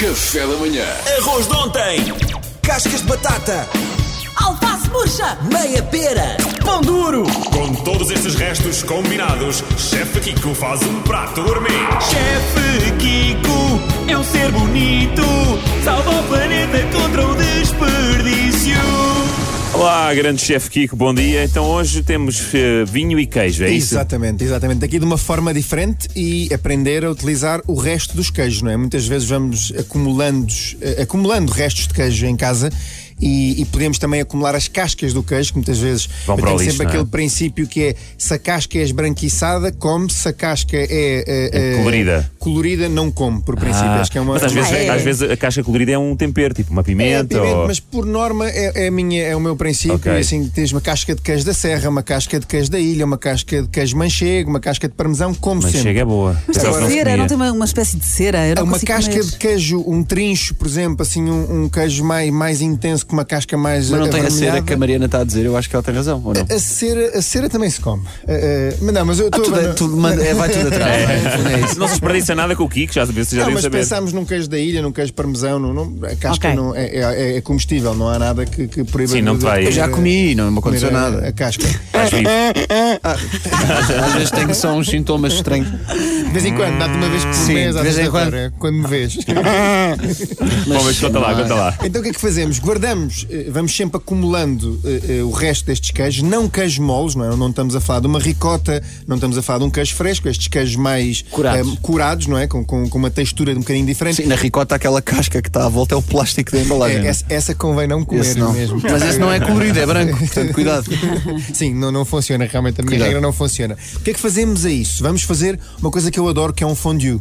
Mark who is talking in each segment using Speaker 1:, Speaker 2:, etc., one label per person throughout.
Speaker 1: Café da manhã.
Speaker 2: Arroz de ontem!
Speaker 3: Cascas de batata,
Speaker 4: Alface murcha!
Speaker 3: meia pera,
Speaker 4: Pão duro!
Speaker 2: Com todos estes restos combinados, Chefe Kiko faz um prato gourmet.
Speaker 5: Chefe Kiko é um ser bonito, salva o planeta contra o desperdício.
Speaker 2: Olá, grande Chefe Kiko, bom dia. Então hoje temos eh, vinho e queijo, é isso?
Speaker 6: Exatamente, exatamente. Daqui de uma forma diferente e aprender a utilizar o resto dos queijos, não é? Muitas vezes vamos acumulando, eh, acumulando restos de queijo em casa e, e podemos também acumular as cascas do queijo, que muitas vezes
Speaker 2: Vão
Speaker 6: eu
Speaker 2: para o
Speaker 6: tenho
Speaker 2: lixo,
Speaker 6: sempre
Speaker 2: não é?
Speaker 6: aquele princípio que é se a casca é esbranquiçada, come, se a casca é, eh,
Speaker 2: É
Speaker 6: eh,
Speaker 2: colorida.
Speaker 6: colorida, não come, por princípio.
Speaker 2: Ah,
Speaker 6: Acho que é uma,
Speaker 2: mas às
Speaker 6: uma-
Speaker 2: vezes,
Speaker 4: Ah, é.
Speaker 2: às vezes a caixa colorida é um tempero, tipo uma
Speaker 6: É,
Speaker 2: pimenta.
Speaker 6: pimenta,
Speaker 2: ou...
Speaker 6: mas por norma é, é a minha, é o meu princípio.
Speaker 2: Ok.
Speaker 6: E assim tens uma casca de queijo da serra, uma casca de queijo da ilha, uma casca de queijo manchego, uma casca de parmesão, como
Speaker 2: Mas
Speaker 6: sempre. Ah,
Speaker 2: chega é boa.
Speaker 4: Mas
Speaker 2: Pensava que
Speaker 4: tem
Speaker 2: se
Speaker 4: cera, não
Speaker 2: comia.
Speaker 4: tem uma, uma espécie de cera? Eu não
Speaker 6: É uma
Speaker 4: consigo
Speaker 6: casca
Speaker 4: comer.
Speaker 6: de queijo, um trincho, por exemplo, assim, um, um queijo mais, mais intenso com uma casca mais.
Speaker 7: Mas não tem a cera
Speaker 6: avermelhada. É,
Speaker 7: que a Mariana está a dizer, eu acho que Ah, ela tem razão, ou não?
Speaker 6: A cera, a cera também se come. Eh, eh, mas não, mas eu estou.
Speaker 7: Tudo- tudo manda- é, vai tudo atrás. vai, no fundo é isso.
Speaker 2: Não se desperdiça nada com o Kiko, já, devia- já
Speaker 6: Não,
Speaker 2: devia
Speaker 6: mas
Speaker 2: saber.
Speaker 6: pensámos num queijo da ilha, num queijo parmesão, num, num- a casca
Speaker 4: Ok.
Speaker 6: não, é, é- é comestível, não há nada que, que proíba
Speaker 2: Sim, não
Speaker 6: de- de
Speaker 2: vai.
Speaker 6: comer
Speaker 2: Eu
Speaker 7: Eu já
Speaker 6: a-
Speaker 7: comi, não me
Speaker 6: comer
Speaker 7: aconteceu
Speaker 6: a-
Speaker 7: nada.
Speaker 6: A casca.
Speaker 2: Estás vivo.
Speaker 7: Às vezes tenho só uns sintomas estranhos.
Speaker 6: De vez em quando, dá-te uma vez por
Speaker 7: Sim,
Speaker 6: mês,
Speaker 7: de
Speaker 6: à
Speaker 7: vez em
Speaker 6: sexta-feira, quando me vês.
Speaker 2: Bom, mas conta lá,
Speaker 7: não é.
Speaker 2: conta lá.
Speaker 6: Então o que é que fazemos? Guardamos, eh, vamos sempre acumulando eh, eh, o resto destes queijos, não queijos moles, não é? Não estamos a falar de uma ricota, não estamos a falar de um queijo fresco, estes queijos mais
Speaker 7: Curados.
Speaker 6: eh, curados, não é? Com, com, com uma textura um bocadinho diferente.
Speaker 7: Sim, na ricota aquela casca que está à volta é o plástico da
Speaker 6: É,
Speaker 7: embalagem.
Speaker 6: essa, essa convém não comer
Speaker 7: Esse não.
Speaker 6: mesmo.
Speaker 7: Mas esse não é colorido, é branco, portanto cuidado.
Speaker 6: Sim, não, não funciona, realmente a minha
Speaker 7: Cuidado.
Speaker 6: regra não funciona. O que é que fazemos a isso? Vamos fazer uma coisa que eu adoro, que é um fondue.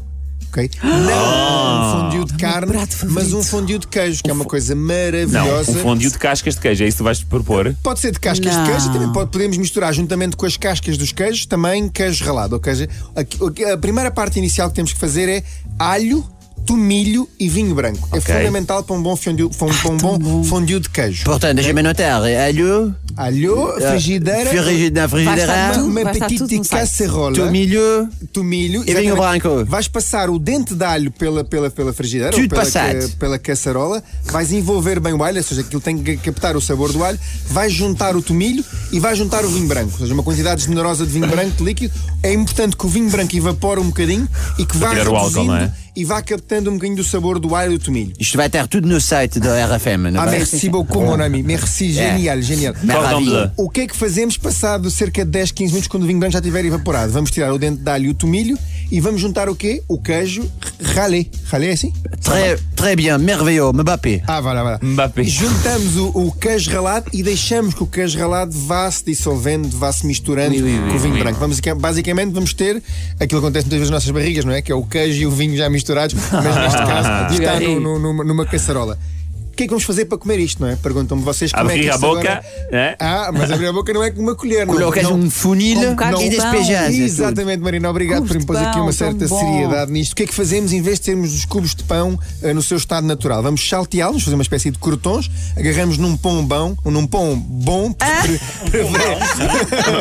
Speaker 6: ok? Não um fondue de carne,
Speaker 4: É prato favorito.
Speaker 6: mas um fondue de queijo, que é uma coisa
Speaker 2: Ah. Não, um
Speaker 6: maravilhosa.
Speaker 2: fondue de cascas de queijo, é isso que tu vais te propor?
Speaker 6: Pode ser de cascas
Speaker 4: Não.
Speaker 6: de queijo, e também pode, podemos misturar juntamente com as cascas dos queijos também queijo ralado. Ou seja, a, a primeira parte inicial que temos que fazer é alho, tomilho e vinho branco. É
Speaker 2: Ok.
Speaker 6: fundamental para um bom fondue, para
Speaker 4: Ah,
Speaker 6: um, para um bom fondue de queijo.
Speaker 7: Portanto, deixa-me notar, alho,
Speaker 6: Alho,
Speaker 2: Ah,
Speaker 6: frigideira,
Speaker 7: na
Speaker 4: frigideira,
Speaker 6: uma, uma
Speaker 4: Vai estar tudo
Speaker 6: petite
Speaker 4: no site.
Speaker 6: casserola,
Speaker 7: tomilho,
Speaker 6: tomilho
Speaker 7: E vinho
Speaker 6: exatamente.
Speaker 7: branco.
Speaker 6: Vais passar o dente de alho pela, pela, pela frigideira,
Speaker 7: Tudo
Speaker 6: ou pela,
Speaker 7: passado.
Speaker 6: ca- pela caçarola, vais envolver bem o alho, ou seja, aquilo tem que captar o sabor do alho, vais juntar o tomilho e vais juntar o vinho branco, ou seja, uma quantidade generosa de vinho branco, de líquido. É importante que o vinho branco evapore um bocadinho e que vá
Speaker 2: tirar o
Speaker 6: reduzindo
Speaker 2: álcool, não é?
Speaker 6: e vá captando um bocadinho do sabor do alho e do tomilho.
Speaker 7: isto vai estar tudo no site da RFM, não
Speaker 6: Ah,
Speaker 7: vai?
Speaker 6: merci beaucoup, mon ami. Merci,
Speaker 7: É.
Speaker 6: genial, genial.
Speaker 7: Maravilha.
Speaker 6: O que é que fazemos passado cerca de 10, 15 minutos quando o vinho branco já estiver evaporado? Vamos tirar o dente de alho e o tomilho e vamos juntar o quê? O queijo ralé. Ralé é assim?
Speaker 7: Très, très bien, merveilleux, Mbappé.
Speaker 6: Ah, vai lá, vai lá.
Speaker 2: Mbappé.
Speaker 6: Juntamos o, o queijo ralado e deixamos que o queijo ralado vá se dissolvendo, vá se misturando com o vinho branco. Vamos, basicamente vamos ter aquilo que acontece muitas vezes nas nossas barrigas, não é? Que é o queijo e o vinho já misturados, mas neste caso está no- no- numa, numa caçarola. O que é que vamos fazer para comer isto, não é? Perguntam-me vocês como é que
Speaker 2: Abrir a
Speaker 6: isto
Speaker 2: boca,
Speaker 6: agora...
Speaker 2: né?
Speaker 6: Ah, mas abrir a boca não é com uma colher, não.
Speaker 7: Colocas
Speaker 6: não,
Speaker 7: um funil
Speaker 4: Um bocado
Speaker 7: e
Speaker 4: de pão.
Speaker 7: despejas.
Speaker 6: Exatamente, Marina, obrigado
Speaker 4: Cubos
Speaker 6: por
Speaker 4: de
Speaker 6: impor aqui
Speaker 4: pão,
Speaker 6: uma
Speaker 4: tão
Speaker 6: certa
Speaker 4: bom.
Speaker 6: seriedade nisto. O que é que fazemos em vez de termos os cubos de pão eh, no seu estado natural? Vamos salteá-los, fazer uma espécie de croutons, agarramos num pão bom, num pão bom,
Speaker 4: Ah!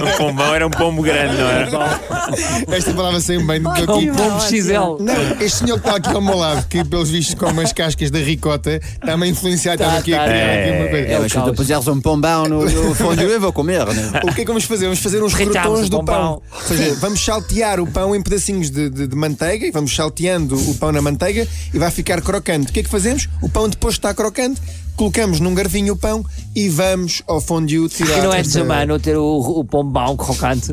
Speaker 2: Um pombão era um pombo grande, não era?
Speaker 6: esta palavra saiu bem do que eu aqui.
Speaker 4: pombo XL.
Speaker 6: Não, este senhor que está aqui ao meu lado, que pelos vistos come as cascas da ricota, está-me a influenciar,
Speaker 4: Tá,
Speaker 6: está aqui a criar aqui uma coisa.
Speaker 7: É, mas se tu puseres um pombão no, no fundo, eu vou comer, né?
Speaker 6: O que é que vamos fazer? Vamos fazer uns
Speaker 5: Derretamos
Speaker 6: croutons
Speaker 5: o
Speaker 6: do pão.
Speaker 5: bombão.
Speaker 6: Ou seja, vamos saltear o pão em pedacinhos de, de- de manteiga e vamos salteando o pão na manteiga e vai ficar crocante. O que é que fazemos? O pão depois está crocante, colocamos num garfinho o pão e vamos ao fondue tirar.
Speaker 5: Que não é
Speaker 6: esta-
Speaker 5: desumano ter o, o pombão crocante.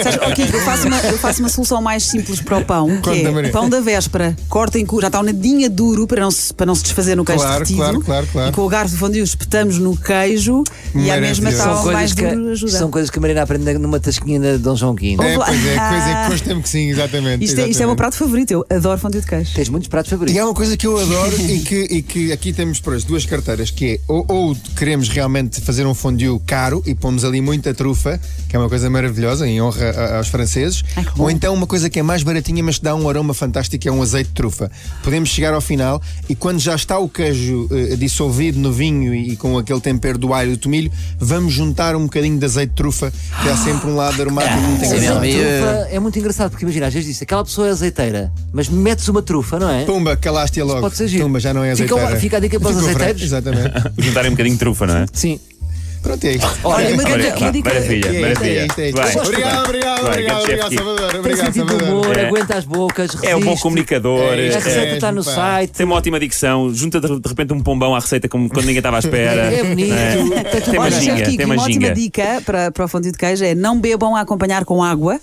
Speaker 4: Sabes, ó, Kiko, eu, faço uma, eu faço uma solução mais simples para o pão, que
Speaker 6: Conta,
Speaker 4: é
Speaker 6: Maria.
Speaker 4: pão da véspera. Cortem, com- já está um nadinha duro para não se, para não se desfazer no queijo
Speaker 6: Claro,
Speaker 4: derretido.
Speaker 6: claro, claro, claro.
Speaker 4: E com o garfo de fondue espetamos no queijo e à mesma
Speaker 6: Maravilhoso.
Speaker 4: tal mais
Speaker 5: que,
Speaker 4: duro ajuda.
Speaker 5: são coisas que a Marina aprende numa tasquinha de Dom João Quinto.
Speaker 6: É, pois é, coisa que consta-me que sim, exatamente.
Speaker 4: Isto é, isto é o meu
Speaker 6: exatamente.
Speaker 4: prato favorito, eu adoro fondue de queijo.
Speaker 5: Tens muitos pratos
Speaker 6: E
Speaker 5: favoritos.
Speaker 6: há uma coisa que eu adoro e que, e que aqui temos por hoje duas duas carteiras, que é ou, ou queremos realmente fazer um fondue caro e pomos ali muita trufa, que é uma coisa maravilhosa, em honra a- aos franceses,
Speaker 4: Ai, que bom.
Speaker 6: ou então uma coisa que é mais baratinha, mas que dá um aroma fantástico, que é um azeite de trufa. Podemos chegar ao final e quando já está o queijo eh, dissolvido no vinho e, e com aquele tempero do alho e do tomilho, vamos juntar um bocadinho de azeite de trufa, que dá sempre um lado aromático muito
Speaker 1: Mas
Speaker 6: engraçado.
Speaker 1: a trufa é muito engraçado, porque imagina, às vezes disse, aquela pessoa é azeiteira, mas metes uma trufa, não é?
Speaker 6: Pumba, calaste-a logo.
Speaker 1: Pode ser giro.
Speaker 6: Pumba, já não é
Speaker 1: Fica-
Speaker 6: azeiteira.
Speaker 1: fica a dica para os
Speaker 6: Ficou frango,
Speaker 1: azeiteiros.
Speaker 6: Exatamente.
Speaker 2: Juntarem um bocadinho de trufa, não é?
Speaker 1: Sim.
Speaker 6: Pronto, é isto.
Speaker 1: Olha, mas
Speaker 2: Olha,
Speaker 1: olha,
Speaker 2: pá, maravilha, maravilha. Vai.
Speaker 6: Obrigado, obrigado,
Speaker 2: Vai,
Speaker 6: obrigado,
Speaker 2: grande chefe
Speaker 6: obrigado,
Speaker 2: Kiko.
Speaker 6: Salvador.
Speaker 1: tem
Speaker 6: Obrigado,
Speaker 1: sentido de
Speaker 6: Salvador.
Speaker 1: humor,
Speaker 2: É.
Speaker 1: aguenta as bocas, resiste.
Speaker 2: É um bom comunicador.
Speaker 6: É,
Speaker 1: A receita
Speaker 6: É,
Speaker 1: está no
Speaker 6: pá.
Speaker 1: site.
Speaker 2: Tem uma ótima dicção, junta de de repente um pombão à receita como quando ninguém estava à espera.
Speaker 1: É bonito.
Speaker 2: não Tem
Speaker 4: Olha,
Speaker 2: magia,
Speaker 4: chefe Kiko,
Speaker 2: tem
Speaker 4: uma ótima
Speaker 2: magia.
Speaker 4: dica para, para o fondue de queijo é não bebam a acompanhar com água,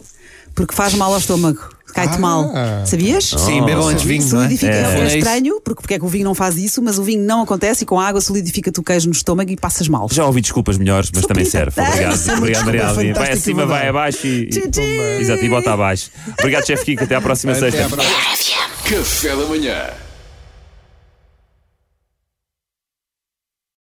Speaker 4: porque faz mal ao estômago. Cai-te
Speaker 6: Ah.
Speaker 4: mal. Sabias?
Speaker 7: Ah, Sim, bebam antes vinho, não é?
Speaker 4: Solidifica, é,
Speaker 7: É isso.
Speaker 4: estranho, porque, porque é que o vinho não faz isso, mas o vinho não acontece e com água solidifica-te o queijo no estômago e passas mal.
Speaker 2: Já ouvi desculpas melhores, mas também
Speaker 4: Desculpa.
Speaker 2: serve. Obrigado, obrigado, obrigado. Vai
Speaker 6: fantástica
Speaker 2: acima,
Speaker 6: verdade.
Speaker 2: vai abaixo e. e-
Speaker 4: Tchim, tchim.
Speaker 2: Exato, e bota abaixo. Obrigado, chefe Kiko. Até à próxima
Speaker 6: Até à
Speaker 2: sexta.
Speaker 6: próxima.
Speaker 8: Café da manhã.